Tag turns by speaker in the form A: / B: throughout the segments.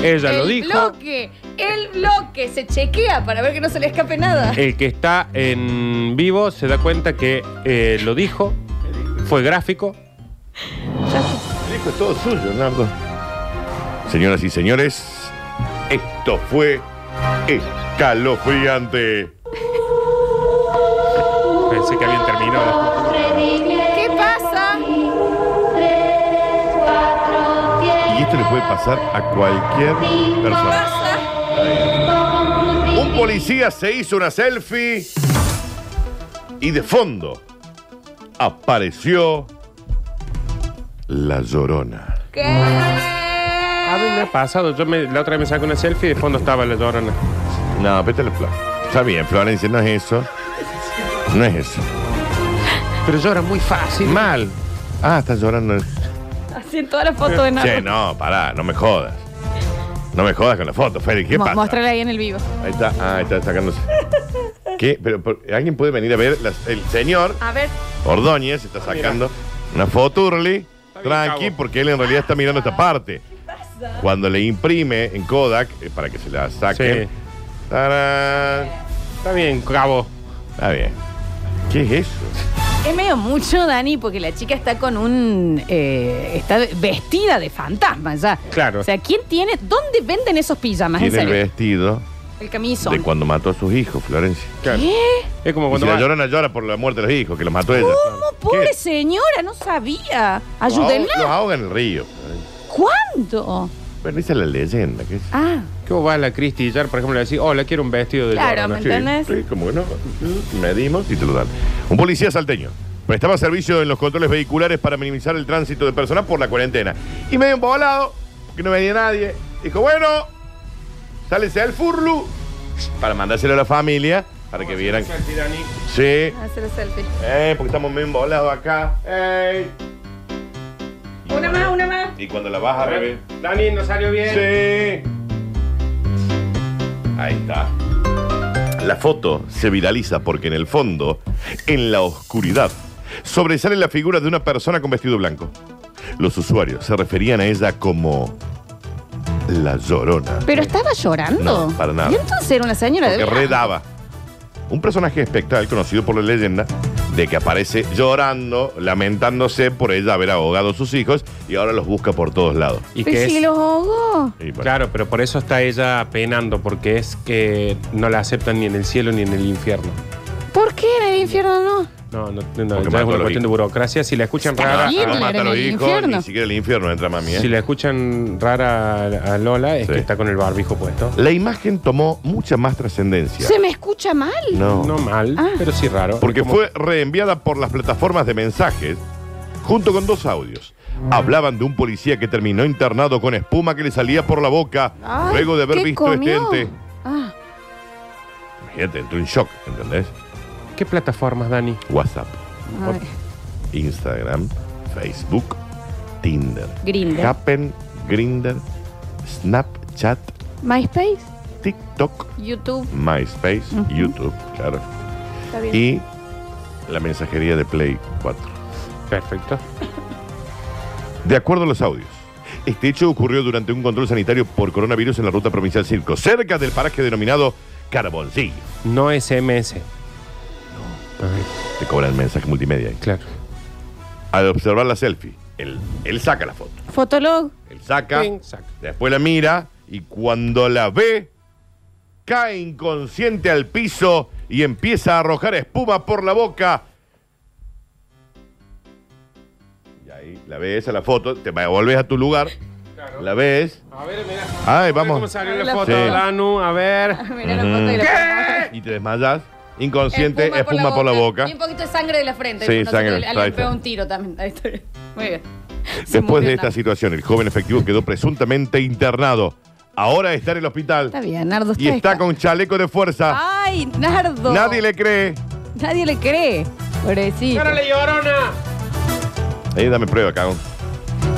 A: Ella
B: el
A: lo dijo.
B: Bloque, el bloque se chequea para ver que no se le escape nada.
A: El que está en vivo se da cuenta que eh, lo dijo, fue gráfico.
C: el hijo es todo suyo, Nardo. Señoras y señores, esto fue escalofriante.
A: Pensé que habían terminado.
B: ¿Qué pasa?
C: Y esto le puede pasar a cualquier persona.
B: Pasa.
C: Un policía se hizo una selfie y de fondo apareció la llorona.
B: ¿Qué?
A: A mí me ha pasado. Yo me- la otra vez me saco una selfie y de fondo estaba la llorona.
C: No, vete a la Flor. Está bien, Florencia, no es eso. No es eso.
A: Pero llora muy fácil.
C: Mal. Ah, está llorando.
B: Así en todas las fotos de nada.
C: Che, no, pará, no me jodas. No me jodas con la foto, Félix. ¿Qué pasa?
B: Mostrala ahí en el vivo.
C: Ahí está, ah, ahí está sacándose. ¿Qué? Pero, por- ¿Alguien puede venir a ver? Las- el señor
B: A ver.
C: Ordóñez está sacando una foto, Urli.
A: Ah, bien,
C: Tranqui,
A: cabo.
C: porque él en realidad está mirando esta parte. Cuando le imprime en Kodak, eh, para que se la saquen.
A: Sí.
C: ¡Tarán!
A: Está bien, cabo.
C: Está bien. ¿Qué es eso?
B: Es medio mucho, Dani, porque la chica está con un. eh, está vestida de fantasma ya.
A: Claro.
B: O sea, ¿quién tiene. ¿Dónde venden esos pijamas? En
C: Tiene el
B: serio.
C: vestido
B: El
C: de
B: camisón.
C: cuando mató a sus hijos, Florencia.
A: Claro. Es como
C: Y si
A: cuando
C: la
A: va-
C: llorona llora por la muerte de los hijos, que los mató ella.
B: ¿Cómo? Pobre
C: ¿Qué?
B: señora, no sabía.
C: Los ahoga- Los
B: Ayúdenla.
C: ahoga en el río. Florencia.
B: ¿Cuánto?
C: Bueno, esa es la leyenda. ¿qué es?
B: Ah,
A: ¿Cómo va la Cristi Villar, por ejemplo, le decís, hola, quiero un vestido de
B: Claro,
A: llorona?
B: ¿me entendés?
C: Sí, como que no. Medimos y te lo dan. Un policía salteño prestaba servicio en los controles vehiculares para minimizar el tránsito de personas por la cuarentena. Y medio embolado, porque no venía nadie. Dijo, bueno, sálese al furlu para mandárselo a la familia, para que vieran. Sí,
B: hacer el selfie.
C: eh, porque estamos medio embolados acá. Ey. Y
B: Una más,
C: cuando-
B: una más.
C: Y cuando la baja, bebé.
A: Dani, no salió bien.
C: Sí. Ahí está. La foto se viraliza porque en el fondo, en la oscuridad, sobresale la figura de una persona con vestido blanco. Los usuarios se referían a ella como la llorona.
B: Pero estaba llorando.
C: No, para nada.
B: Y entonces era una señora de.
C: Porque
B: verdad.
C: redaba. Un personaje espectral conocido por la leyenda de que aparece llorando, lamentándose por ella haber ahogado a sus hijos y ahora los busca por todos lados.
A: ¿Y
B: Pero
A: qué
B: si
A: es?
B: los ahogó.
C: Y bueno,
A: Claro, pero por eso está ella penando, porque es que no la aceptan ni en el cielo ni en el infierno.
B: ¿Por qué en el infierno no?
A: No, no, no, no,
C: Porque
A: ya
C: mató
A: es
C: a
A: una
C: los
A: cuestión de
C: hijos.
A: burocracia. Si la escuchan
B: Está
A: rara, ah,
B: bien.
C: no
B: Hitler
C: mata a
B: en
C: los
B: el
C: hijos,
B: infierno.
C: ni siquiera el infierno entra mami. ¿eh?
A: si la escuchan rara a, a Lola, es
C: Sí.
A: que está con el barbijo puesto.
C: La imagen tomó mucha más trascendencia.
B: ¿Se me escucha mal?
C: No.
A: No mal,
B: Ah.
A: pero sí raro.
C: Porque
A: Es como-
C: fue reenviada por las plataformas de mensajes junto con dos audios. Hablaban de un policía que terminó internado con espuma que le salía por la boca
B: Ay,
C: luego de haber
B: ¿qué
C: visto
B: comió?
C: este ente.
B: Ah,
C: Imagínate, entró en shock, ¿entendés?
A: ¿Qué plataformas, Dani?
C: WhatsApp,
B: ay.
C: Instagram, Facebook, Tinder,
B: Grindr.
C: Happen, Grinder, Snapchat,
B: MySpace,
C: TikTok,
B: YouTube.
C: MySpace,
B: Ujú.
C: YouTube, claro.
B: Está bien.
C: Y la mensajería de Play 4.
A: Perfecto.
C: De acuerdo a los audios, Este hecho ocurrió durante un control sanitario por coronavirus en la ruta provincial Circo, cerca del paraje denominado Carboncillo.
A: No SMS.
C: Te cobran mensaje multimedia. ahí.
A: Claro.
C: Al observar la selfie, él, él saca la foto.
B: Fotolog.
C: Él saca,
A: Ping, saca.
C: después la mira y cuando la ve, cae inconsciente al piso y empieza a arrojar espuma por la boca. Y ahí la ves a la foto, te volvés a tu lugar, la ves
A: A ver, mira.
C: Ay, vamos.
A: ¿Cómo salió
B: La
A: la foto
C: foto.
A: de Lanu? A ver.
B: Mira la foto y la
C: y te desmayas, inconsciente, espuma, por la boca.
B: Y un poquito de sangre de la frente.
C: Sí,
B: sé
C: sangre,
B: que
C: ahí
B: Alguien
C: está.
B: pegó un tiro también. Ahí está. Muy bien. Se
C: Después
B: murió
C: de esta
B: Nardo.
C: situación, el joven efectivo quedó presuntamente internado. Ahora está en el
B: Está
C: hospital
B: bien, Nardo
C: y está con chaleco de fuerza.
B: Ay, Nardo.
C: Nadie le cree.
B: Nadie le cree. Pobrecito.
A: ¡Cárale, llorona!
C: Ahí dame prueba, cagón.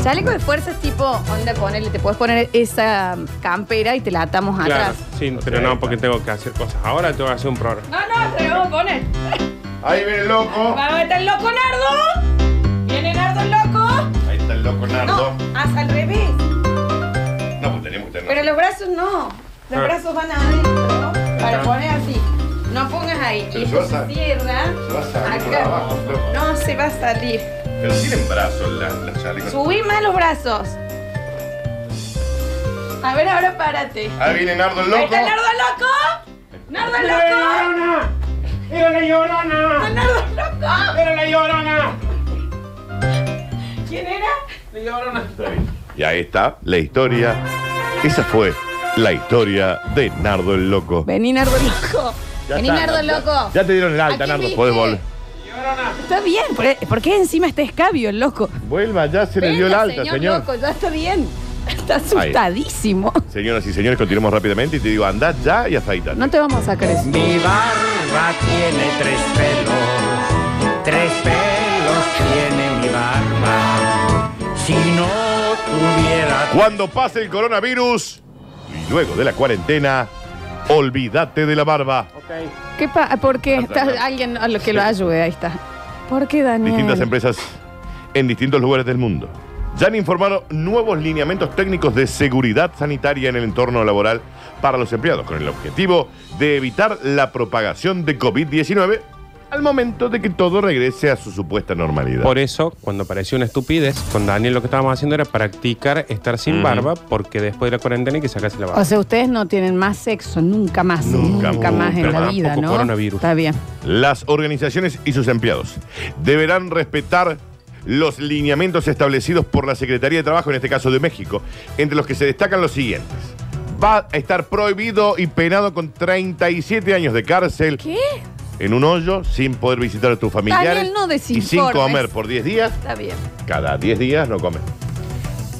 B: Chaleco de fuerza es tipo, onda, ponele, te puedes poner esa campera y te la atamos
A: Claro,
B: atrás.
A: sí, pero no, porque tengo que hacer cosas. Ahora tengo que hacer un programa.
B: No, no, te lo vamos a poner.
C: Ahí viene el loco.
B: Vamos a meter el loco Nardo. Viene Nardo el loco.
C: Ahí está el loco Nardo.
B: No, haz al revés.
C: No, pues tenemos que
B: Pero
C: tener.
B: los brazos no. Los
A: Ah.
B: brazos van adentro para
A: Acá.
B: poner así. No pongas ahí.
C: Pero
B: Y
C: se va a
B: esto se
C: sa-
B: cierra.
C: se va a salir por
B: Acá.
C: abajo, pero-
B: No se va a salir.
C: Pero tienen brazos la, la chaleco.
B: Subí más los brazos. A ver, ahora párate.
C: Ahí viene Nardo el
B: Ahí
C: loco.
B: está el Nardo loco. Nardo loco.
A: llorona! ¡Era la llorona!
B: El Nardo loco.
A: ¡Era la llorona!
B: ¿Quién era?
A: ¡La llorona!
C: Y ahí está la historia. Esa fue la historia de Nardo el loco.
B: Vení, Nardo loco.
C: Ya
B: Vení,
C: está,
B: Nardo
C: ya-
B: loco.
C: Ya te dieron el alta,
B: ¿A quién
C: Nardo.
B: viste?
C: Podés volver.
B: Está bien. ¿Por por qué encima está escabio el loco?
C: Vuelva, ya se le dio el
B: Venga,
C: alta, señor.
B: loco, ya está bien. Está asustadísimo.
C: Señoras y señores, continuamos rápidamente y te digo, andad ya y afeitate.
B: No te vamos a sacar eso.
D: Mi barba tiene tres pelos, tres pelos tiene mi barba. Si no tuviera
C: Cuando pase el coronavirus y luego de la cuarentena, olvídate de la barba.
A: Ok.
B: ¿Qué pa ¿Por qué? Está alguien a lo que lo ayude, ahí está. ¿Por qué, Daniel?
C: Distintas em- empresas en distintos lugares del mundo ya han informado nuevos lineamientos técnicos de seguridad sanitaria en el entorno laboral para los empleados, con el objetivo de evitar la propagación de COVID-19 al momento de que todo regrese a su supuesta normalidad.
A: Por eso, cuando parecía una estupidez, con Daniel lo que estábamos haciendo era practicar estar sin barba, porque después de la cuarentena hay que sacarse la barba.
B: O sea, ustedes no tienen más sexo, nunca más, nunca,
C: Nunca,
B: más en
C: nunca
B: la
C: más.
B: vida,
A: Tampoco
B: ¿no?
A: coronavirus.
B: Está bien.
C: Las organizaciones y sus empleados deberán respetar los lineamientos establecidos por la Secretaría de Trabajo, en este caso de México, entre los que se destacan los siguientes. Va a estar prohibido y penado con 37 años de cárcel
B: ¿Qué?
C: en un hoyo sin poder visitar a tus familiares
B: Daniel, no
C: y sin
B: desinformes.
C: comer por 10 días.
B: Está bien.
C: Cada 10 días no comes.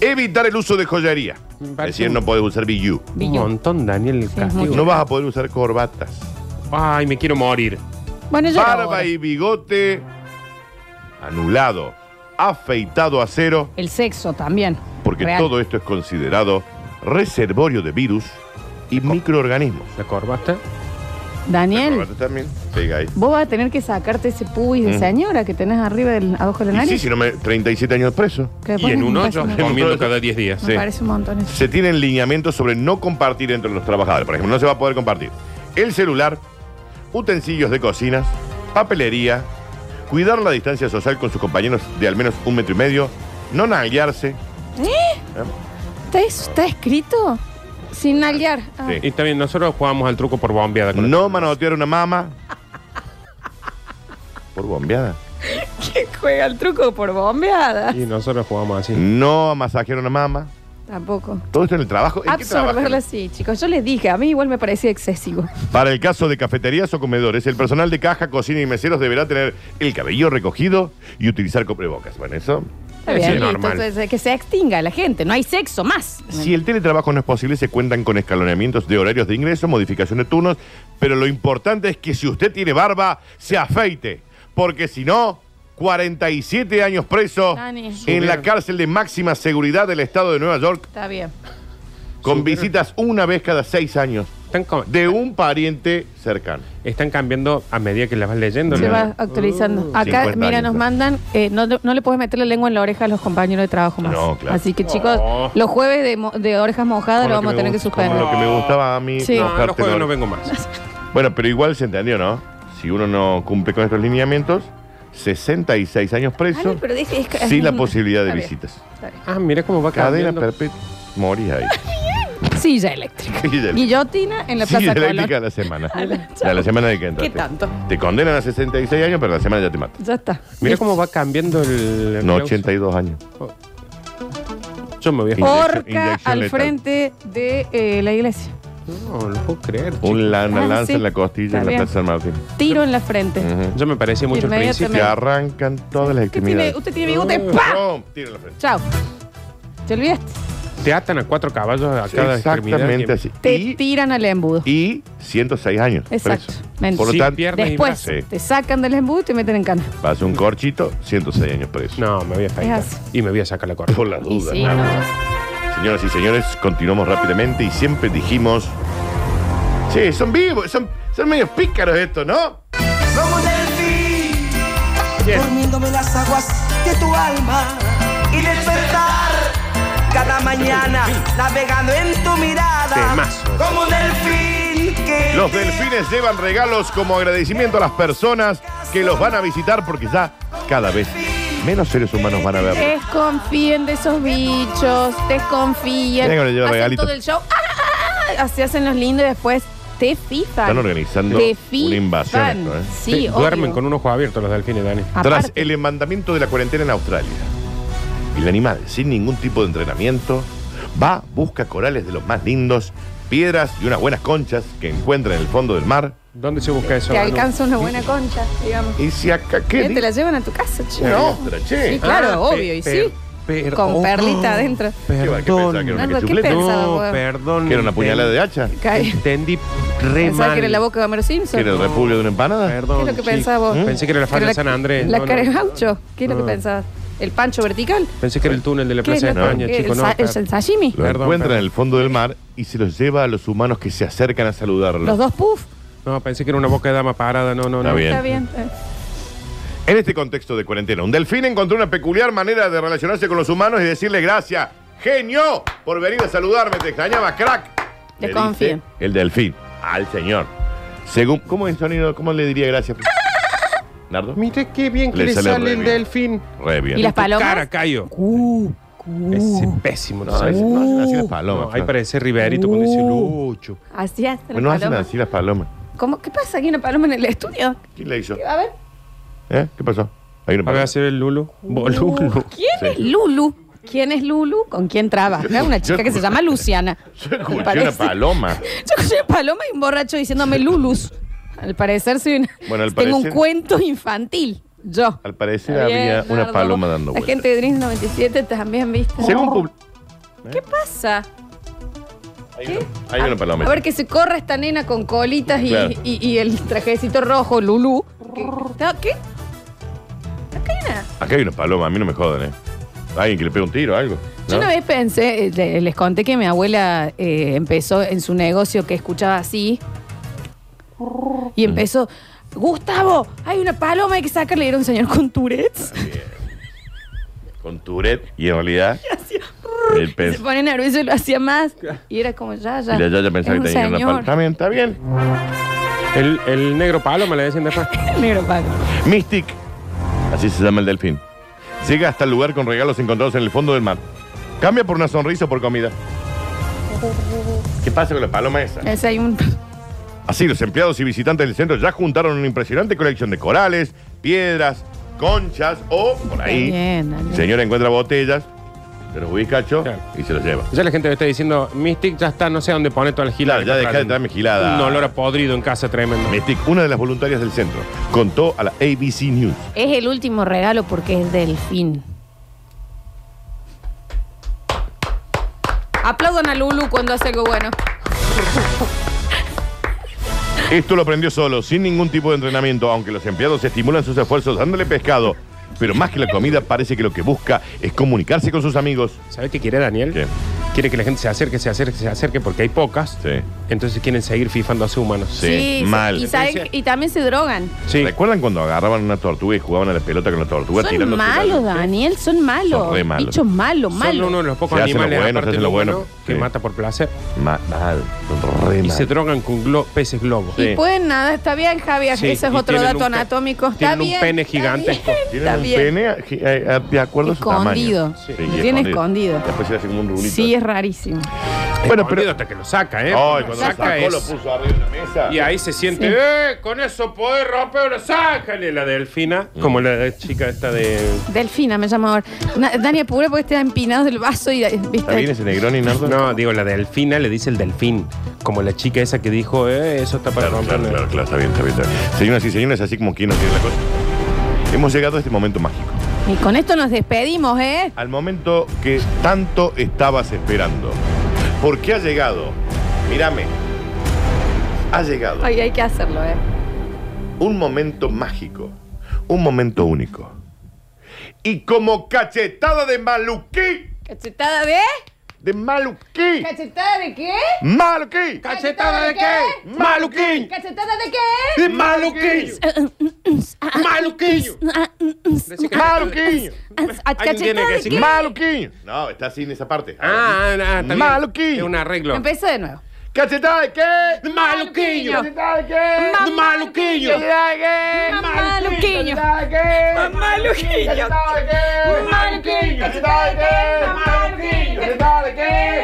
C: Evitar el uso de joyería.
A: Me
C: Es
A: parece
C: decir,
A: un-
C: no puedes usar billu.
A: Un montón, Daniel, el castigo.
C: No vas a poder usar corbatas.
A: Ay, me quiero morir.
B: Bueno, yo.
C: Barba
B: ahora.
C: y bigote anulado, afeitado a cero,
B: El sexo también.
C: porque
B: Real.
C: todo esto es considerado reservorio de virus y microorganismos.
A: ¿La corbata?
B: Daniel,
C: Acordate también, pega ahí.
B: vos vas a tener que sacarte ese pubis de
C: Mm.
B: señora que tenés arriba del, abajo de la
C: Y sí,
B: nariz.
C: si no me 37 años preso.
B: Que
A: Y
B: después
A: en
B: me
A: un
B: parece
A: hoyo,
B: una-
A: comiendo cada 10 días.
B: Me
C: Sí.
B: parece un montón eso.
C: Se tienen lineamientos sobre no compartir entre los trabajadores. Por ejemplo, no se va a poder compartir el celular, utensilios de cocina, papelería, cuidar la distancia social con sus compañeros de al menos un metro y medio, no nalguearse.
B: ¿Está, eso? ¿Está escrito? Sin aliar.
C: Sí.
A: Y también nosotros jugamos al truco por bombeada. con
C: No manotear una mama. Por bombeada.
B: ¿Qué juega el truco por bombeada?
A: el- Y nosotros jugamos así.
C: No masajear una mama.
B: Tampoco.
C: Todo esto en el trabajo. ¿En qué
B: Absorberla,
C: trabajan?
B: sí, chicos. Yo les dije, a mí igual me parecía excesivo.
C: Para el caso de cafeterías o comedores, el personal de caja, cocina y meseros deberá tener el cabello recogido y utilizar coprebocas. Bueno, eso.
B: Está
A: Sí,
B: bien,
A: sí,
B: listo.
A: normal.
E: pues, eh,
B: Entonces, que se extinga la gente, no hay sexo más.
C: Si el teletrabajo no es posible, se cuentan con escalonamientos de horarios de ingreso, modificación de turnos, pero lo importante es que si usted tiene barba, se afeite, porque si no, 47 años preso
B: Dani.
C: en la cárcel de máxima seguridad del estado de Nueva York,
B: Está bien.
C: con visitas una vez cada seis años.
A: están, co-
C: de un pariente cercano.
A: están cambiando a medida que las vas leyendo.
E: Se
A: ¿no?
E: va actualizando. Acá,
C: 50
E: mira,
C: Uh, años.
E: nos mandan, eh, no, no le puedes meter la lengua en la oreja a los compañeros de trabajo más.
C: No, claro.
E: Así que chicos,
A: Oh.
E: los jueves de, mo- de orejas mojadas
A: Como lo
E: lo vamos a
A: que me
E: tener que
A: gusta,
E: suspender.
C: Lo
A: como
C: que me gustaba a mí.
E: Sí.
A: No,
C: enojarte
A: los jueves
C: con-
A: no vengo más.
C: Bueno, pero igual se entendió, ¿no? Si uno no cumple con estos lineamientos, 66 años preso,
E: Ay, pero deje- es que- eh,
C: sin la posibilidad de
E: Está bien.
C: visitas.
A: Ah, mira cómo va
C: Cadena
A: cambiando.
C: perpetua. Morís ahí.
E: Silla eléctrica.
C: Silla eléctrica.
E: Guillotina en la
C: Sí,
E: Plaza Colón.
C: eléctrica a la semana.
E: A la-
C: A la semana de que entraste.
E: ¿Qué tanto?
C: Te condenan a 66 años, pero la semana ya te mata.
E: Ya está.
A: Mira cómo va cambiando el... el
C: No,
A: clauso.
C: 82 años.
A: Yo me voy a...
C: Oh.
E: Horca
C: inyección
E: al
C: letal.
E: frente de eh, la iglesia.
A: No, no lo puedo creer. chico.
C: Un lana,
E: Ah,
C: lanza
E: sí.
C: en la costilla
E: Está
C: en la
E: bien.
C: Plaza San Martín.
E: Tiro en la frente.
C: Ujú.
A: Yo me parecía mucho al principio.
C: Te
E: Inmediatamente.
C: arrancan todas las
E: Usted tiene,
C: extremidades.
E: usted tiene bigote.
A: Oh.
E: ¡Pa!
C: ¡Pum! Tiro en la frente.
E: Chao. ¿Te olvidaste?
A: Te atan a cuatro caballos a cada extremidad.
C: Exactamente así.
E: Te
C: Y-
E: tiran al embudo.
C: y 106 años.
E: Exacto.
C: preso.
E: Mentira.
C: Por lo
A: Sin
C: tanto,
A: piernas y
E: Después
A: brazos.
C: brazo.
E: te sacan del embudo y te meten en cana.
C: pasa un corchito, 106 años preso.
A: No, me voy a afeitar.
E: Es así.
A: Y me voy a sacar la corona.
C: Por las
E: Y
C: dudas.
E: sí,
C: nada
E: no.
C: más. Señoras y señores, continuamos rápidamente y siempre dijimos. Sí, son vivos, son, son medios pícaros estos, ¿no?
F: Como un delfín,
C: Bien.
F: durmiéndome las aguas de tu alma y despertar cada mañana navegando en tu mirada.
A: Temazo.
F: Como un delfín que
C: Los delfines llevan regalos como agradecimiento a las personas que los van a visitar porque ya cada vez menos seres humanos van a verlos.
E: Desconfíen de esos bichos, desconfíen.
C: Mira cómo le lleva
E: hacen
C: regalito.
E: todo el show. ¡Ah! Así hacen los lindos y después te fijan.
C: Están organizando
E: Te
C: una invasión
E: fijan.
C: esto, ¿eh?
E: Sí,
A: Sí,
E: obvio.
A: duermen con un ojo abierto los delfines, Dani.
C: Tras
E: Aparte,
C: el mandamiento de la cuarentena en Australia, el animal, sin ningún tipo de entrenamiento, va, busca corales de los más lindos, piedras y unas buenas conchas que encuentra en el fondo del mar.
A: ¿Dónde se busca eso?
E: te
A: Danu?
E: alcanza una buena concha, digamos.
C: Y si acá
E: Eh,
C: qué.
E: Te la
C: dice?
E: llevan a tu casa, chico.
C: Una ostra, che.
E: Sí, claro,
A: Ah,
E: obvio, y
A: per-
E: sí.
A: per-
E: Con
A: oh,
E: perlita
A: oh,
E: adentro.
C: ¿Qué va? ¿Qué pensaba que era
A: Perdón.
C: una
E: Nardo, ¿qué
C: quechuplet?
E: pensás?
A: No,
E: pensaba,
A: perdón.
C: ¿Que era una puñalada de hacha?
E: Cae.
A: Entendí re
E: Pensaba
A: mal.
E: que era la boca de Homero
C: ¿Que
E: Simpson.
C: era el repulgue de una empanada?
A: Perdón.
E: ¿Qué es lo que
A: chico.
E: pensabas vos?
A: ¿Mm? Pensé que era la falda
E: Pero
A: de San Andrés.
E: La
A: No, no.
E: cara de gaucho. ¿Qué es lo que
A: Ah.
E: pensabas? ¿El pancho vertical?
A: Pensé que era el túnel de la
E: ¿Qué es
A: Plaza de
E: lo que-
A: España,
E: el
A: chico. No,
E: sa-
A: per-
E: el sashimi?
C: Lo
A: Perdón,
C: encuentra en
A: perdón.
C: el fondo del mar y se los lleva a los humanos que se acercan a saludarlos.
E: Los dos puff.
A: no, pensé que era una boca de dama parada. No, no,
C: Está
A: no.
C: bien.
E: Está bien. eh.
C: En este contexto de cuarentena, un delfín encontró una peculiar manera de relacionarse con los humanos y decirle gracias, genio, por venir a saludarme, te extrañaba, crack. Le dice
E: Desconfíen.
C: El delfín al señor. Según, ¿cómo es el sonido? ¿Cómo le diría gracias? Nardo.
A: Mire qué bien que
C: Le
A: le,
C: sale
A: sale,
C: re
A: el
C: bien.
A: delfín.
C: Re bien.
E: ¿Y las palomas?
A: Este Cara, Cayo. Ese es pésimo, ¿no
C: No,
A: sabes?
C: es- no hacen así las palomas.
A: Uh, No, ahí
C: Fran.
A: parece Riverito cuando dice Lucho.
E: Así hacen las
C: Bueno, no hacen
E: palomas.
C: así las palomas.
E: ¿Cómo? ¿Qué pasa? ¿Hay una paloma en el estudio?
C: ¿Quién le hizo?
E: A ver,
C: ¿Eh? ¿Qué pasó? Hay una
A: A ver,
C: paloma.
A: hacer el Lulu. Bolulo.
E: ¿quién
C: Sí.
E: es Lulu? ¿Quién es Lulu? ¿Con quién trabaja? ¿No? Una chica que se llama Luciana.
C: Yo escuché
E: Me parece.
C: una paloma.
E: Yo soy una paloma y un borracho diciéndome Lulus. Al parecer soy una...
C: Bueno, al
E: Tengo un
C: parecer-
E: cuento infantil. Yo.
C: Al parecer
E: Está bien,
C: había una
E: Nardo.
C: paloma dando
E: La
C: vueltas.
E: gente de Dreams 97 también, ¿viste?
C: Según pub-
E: ¿Qué pasa?
C: Hay
E: ¿Qué?
C: una- Hay una paloma.
E: A ver que se corra esta nena con colitas y,
C: Claro.
E: y- y el trajecito rojo, Lulú. ¿Qué? ¿Qué? Acá hay una.
C: Acá hay una paloma, a mí no me jodan, ¿eh? Alguien que le pegue un tiro o algo.
E: Yo
C: ¿no?
E: una vez pensé, eh, le- les conté que mi abuela eh, empezó en su negocio que escuchaba así.
A: Mm.
E: Y empezó, Gustavo, hay una paloma, hay que sacarle. Y era un señor con Tourette's.
C: Con Tourette y en realidad
E: Hacía,
C: el
E: y
C: pez.
E: se pone nervioso y lo hacía más. Y era como, ya,
C: Y
E: ya.
C: la Yaya pensaba
E: es
C: que
E: un
C: tenía una paloma.
E: señor.
C: Está bien, está bien.
A: El, el negro palo me le decían después.
E: Negro palo.
C: Mystic, así se llama el delfín. Llega hasta el lugar con regalos encontrados en el fondo del mar. Cambia por una sonrisa o por comida. ¿Qué pasa con la paloma esa?
E: Ese hay un...
C: Así, los empleados y visitantes del centro ya juntaron una impresionante colección de corales, piedras, conchas o, por ahí,
E: Bien, Daniel.
C: el señor encuentra botellas, se los ubicacho
A: Claro.
C: y se los lleva.
A: Ya la gente me está diciendo, Mystic ya está, no sé a dónde pone toda la gilada.
C: Claro, ya dejá de traerme gilada.
A: Un olor a podrido en casa tremendo.
C: Mystic, una de las voluntarias del centro, contó a la ABC News.
E: Es el último regalo porque es delfín. Aplaudan a Lulu cuando hace algo bueno.
C: Esto lo aprendió solo, sin ningún tipo de entrenamiento, aunque los empleados estimulan sus esfuerzos dándole pescado. Pero más que la comida, parece que lo que busca es comunicarse con sus amigos.
A: ¿Sabes qué quiere Daniel?
C: ¿Qué?
A: Quiere que la gente se acerque, se acerque, se acerque, porque hay pocas.
C: Sí.
A: Entonces quieren seguir fifándose humanos.
C: Sí,
B: se-
C: mal.
B: Y, saben-
A: Entonces-
B: y también se drogan.
A: Sí.
C: ¿Recuerdan cuando agarraban una tortuga y jugaban a la pelota con la tortuga?
B: Son
C: tirando-
B: malos, Daniel, son malos.
C: Son re malos.
B: Bichos malos,
A: Son
B: malos.
A: uno de los pocos
C: Se hacen lo
A: animales,
C: bueno, se
A: aparte
C: hacen
A: del
C: lo bueno.
A: humano, que
C: Sí.
A: mata por placer.
C: Ma- mal. Son re
A: Y se
C: mal.
A: drogan con glo- peces globos.
B: Y
C: Sí.
B: pueden nada, está bien, Javier.
A: Sí,
B: Ese es
A: y
B: otro
A: tienen
B: dato
A: un pe-
B: anatómico. Está
A: tienen un
B: bien,
A: pene
B: está
A: gigantesco.
B: bien,
C: Tienen
B: está
C: un
B: bien.
C: pene a- gi- a- a- de acuerdo a su
B: Escondido.
C: tamaño.
B: Sí. Lo tiene escondido.
C: Después se hace como un rulito.
B: Sí, es rarísimo.
C: Bueno,
A: Escondido
C: pero...
A: hasta que lo saca,
C: Ay,
A: ¿eh? Lo
C: cuando lo
A: saca
C: sacó,
A: es-
C: lo puso arriba de la mesa.
A: Y ahí se siente,
B: Sí.
A: ¡eh! Con eso podés romper una sácale la delfina. Como la chica esta de.
B: Delfina me llama ahora. Na- Dani, apura porque está empinado del vaso y
E: eh,
C: ¿Está bien
B: viste.
C: ese negrón y Nardo?
A: No, digo, la delfina le dice el delfín. Como la chica esa que dijo, eh, eso está para
C: Claro,
A: romper.
C: claro, claro, claro, está bien, está bien, está bien. Señoras y señores, así como quien nos tiene la cosa. Hemos llegado a este momento mágico.
B: Y con esto nos despedimos, ¿eh?
C: Al momento que tanto estabas esperando. Porque ha llegado, mírame, ha llegado
B: Ay, hay que hacerlo, ¿eh?
C: un momento mágico, un momento único. Y como cachetada de maluquí,
B: ¿Cachetada de?
C: de maluquí,
B: ¿Cachetada de qué?
C: maluquí,
A: ¿Cachetada de qué? ¡Maluquín!
B: ¿Cachetada de qué?
A: ¡De maluquillo! ¡Maluquillo! Decí que-
C: maluquillo,
B: ¿A ¿Cachetada
A: Alguien tiene que
B: de
A: decir
B: qué?
C: maluquillo. No, está sin esa parte.
A: Ah, ah, está bien.
C: Maluquillo.
A: Es un arreglo.
B: Empiezo de nuevo.
C: ¿Cachetada de qué?
A: Maluquillo.
C: ¿Cachetada de qué?
B: Ma-
A: Maluquillo.
C: ¿Cachetada de qué?
B: Ah, Maluquiño.
C: ¿Cachetada de qué?
B: Maluquiño.
C: ¿Cachetada de qué?
B: Maluquillo.
C: ¿Cachetada de qué?
B: Maluquillo.
C: ¿Cachetada de qué?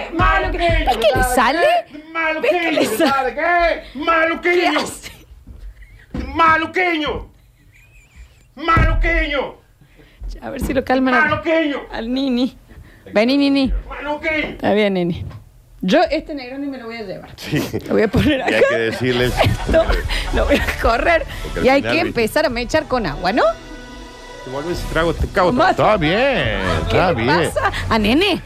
B: ¿Ves que le sale? ¿Ves que le sale?
C: ¿Cachetada de qué?
B: ¿Qué
A: ¡Maluquillo!
B: hace?
A: ¡Maluquillo! ¡Maluquillo!
B: A ver si lo calman
E: Ah,
B: al,
A: ¡Maluquillo!
B: al Nini. Vení, Nini.
A: ¡Maluquillo!
B: Está bien, Nini. Yo este negro ni me lo voy a llevar. Lo voy a poner
C: Y
B: acá.
C: hay que decirle.
B: No, lo voy a correr.
C: Porque al
B: Y hay
C: final,
B: que
C: ¿viste?
B: empezar a mechar con agua, ¿no?
A: Te vuelvo ese trago, te cago.
B: Más-
C: Está bien,
B: ¿Qué
C: está
B: le
C: bien.
B: pasa a nene?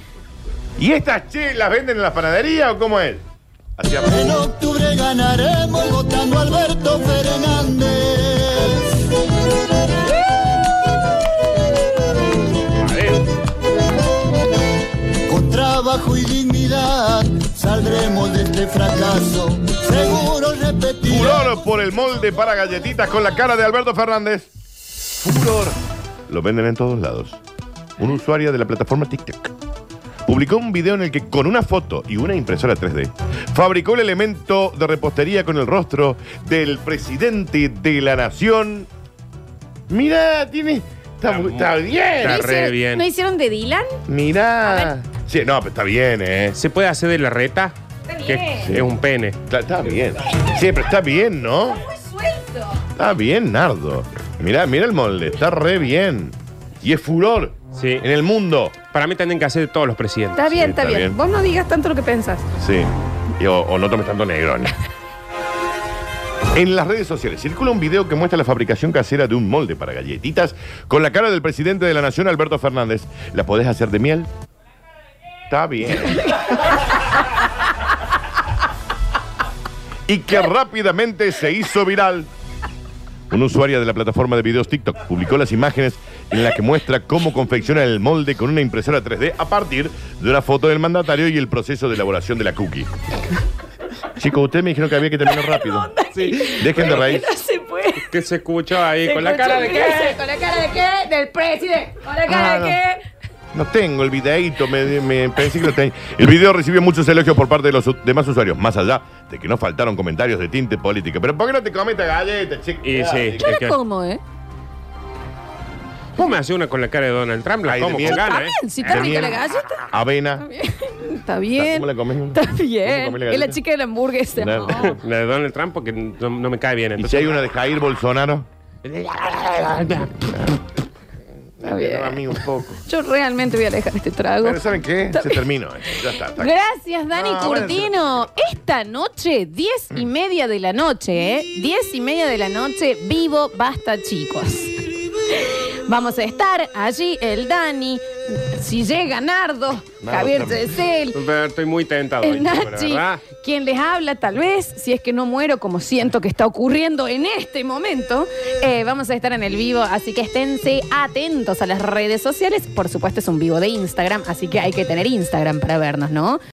C: ¿Y estas che las venden en la panadería o cómo es? Hacia abajo.
F: En octubre ganaremos votando a Alberto Fernández. Con trabajo y dignidad saldremos de este fracaso. Seguro repetiremos.
C: Furor por el molde para galletitas con la cara de Alberto Fernández. Furor. Lo venden en todos lados. Un usuario de la plataforma TikTok publicó un video en el que con una foto y una impresora 3D fabricó el elemento de repostería con el rostro del presidente de la nación. Mira, tiene... Está,
A: Está
C: está
A: muy-
C: bien.
A: Está
B: ¿No
A: re
B: hicieron-
A: bien.
B: ¿No hicieron de Dylan? A
C: Mira. Sí, no, pero está bien, ¿eh?
A: ¿Se puede hacer de la reta?
B: Está
A: Que
B: bien.
A: es un pene.
C: Está, está bien. Sí, pero está bien, ¿no?
B: Muy suelto.
C: Está bien, Nardo. Mirá, mira el molde. Está re bien. Y es furor
A: Sí.
C: en el mundo.
A: Para mí tienen que hacer de todos los presidentes.
B: Está bien,
C: Sí,
B: está,
C: está
B: bien.
C: bien.
B: Vos no digas tanto lo que pensás.
C: Sí. Y o, o no tomes tanto negrón. En las redes sociales circula un video que muestra la fabricación casera de un molde para galletitas con la cara del presidente de la Nación, Alberto Fernández. ¿La podés hacer de miel? Está bien. y que rápidamente se hizo viral. Un usuario de la plataforma de videos TikTok publicó las imágenes en las que muestra cómo confecciona el molde con una impresora 3D a partir de una foto del mandatario y el proceso de elaboración de la cookie. Chicos, ustedes me dijeron que había que terminar rápido. Dejen de reír.
B: No se puede.
A: ¿Qué se escuchó ahí? ¿Con la cara de
B: Escuchame,
A: qué?
B: ¿Con la cara de qué? Del presidente. ¿Con la cara
C: Ah,
B: de qué?
C: No tengo el videíto, me, me pensé que lo tenía. El video recibió muchos elogios por parte de los u- demás usuarios, más allá de que no faltaron comentarios de tinte político. Pero ¿por qué no te comes esta galleta, chico?
A: Y sí.
B: Yo
A: Es
B: la
A: que-
B: como, ¿eh?
A: ¿Cómo me hace una con la cara de Donald Trump? La
C: Ay, de
A: como
C: miel.
A: con ganas,
B: También,
A: ¿eh?
B: si está
C: De
B: rica la
C: miel.
B: galleta.
C: Avena.
B: Está bien.
C: ¿Cómo la comes?
B: Está bien.
C: ¿Cómo comes la
B: es la
C: galleta?
B: chica de la hamburguesa.
C: Claro.
B: No.
A: La de Donald Trump porque no, no me cae
C: ¿Y
A: bien.
C: si
A: Entonces,
C: hay una de Jair Bolsonaro?
B: Está bien.
C: A mí un poco.
B: Yo realmente voy a dejar este trago.
C: Pero ¿saben qué?
B: Está
C: Se
B: bien.
C: terminó. esto. Ya está. está.
B: Gracias, Dani
C: No, Mm. bueno,
B: Curtino. Esta noche, diez y media de la noche, ¿eh? Diez y media de la noche, vivo, basta, chicos. Vamos a estar allí, el Dani, si llega Nardo, Javier
C: también.
B: Yesel,
A: Pero estoy muy tentado. hoy,
B: el
A: chico, la
B: Nachi,
A: verdad.
B: quien les habla tal vez, si es que no muero como siento que está ocurriendo en este momento, eh, vamos a estar en el vivo, así que esténse atentos a las redes sociales. Por supuesto es un vivo de Instagram, así que hay que tener Instagram para vernos, ¿no?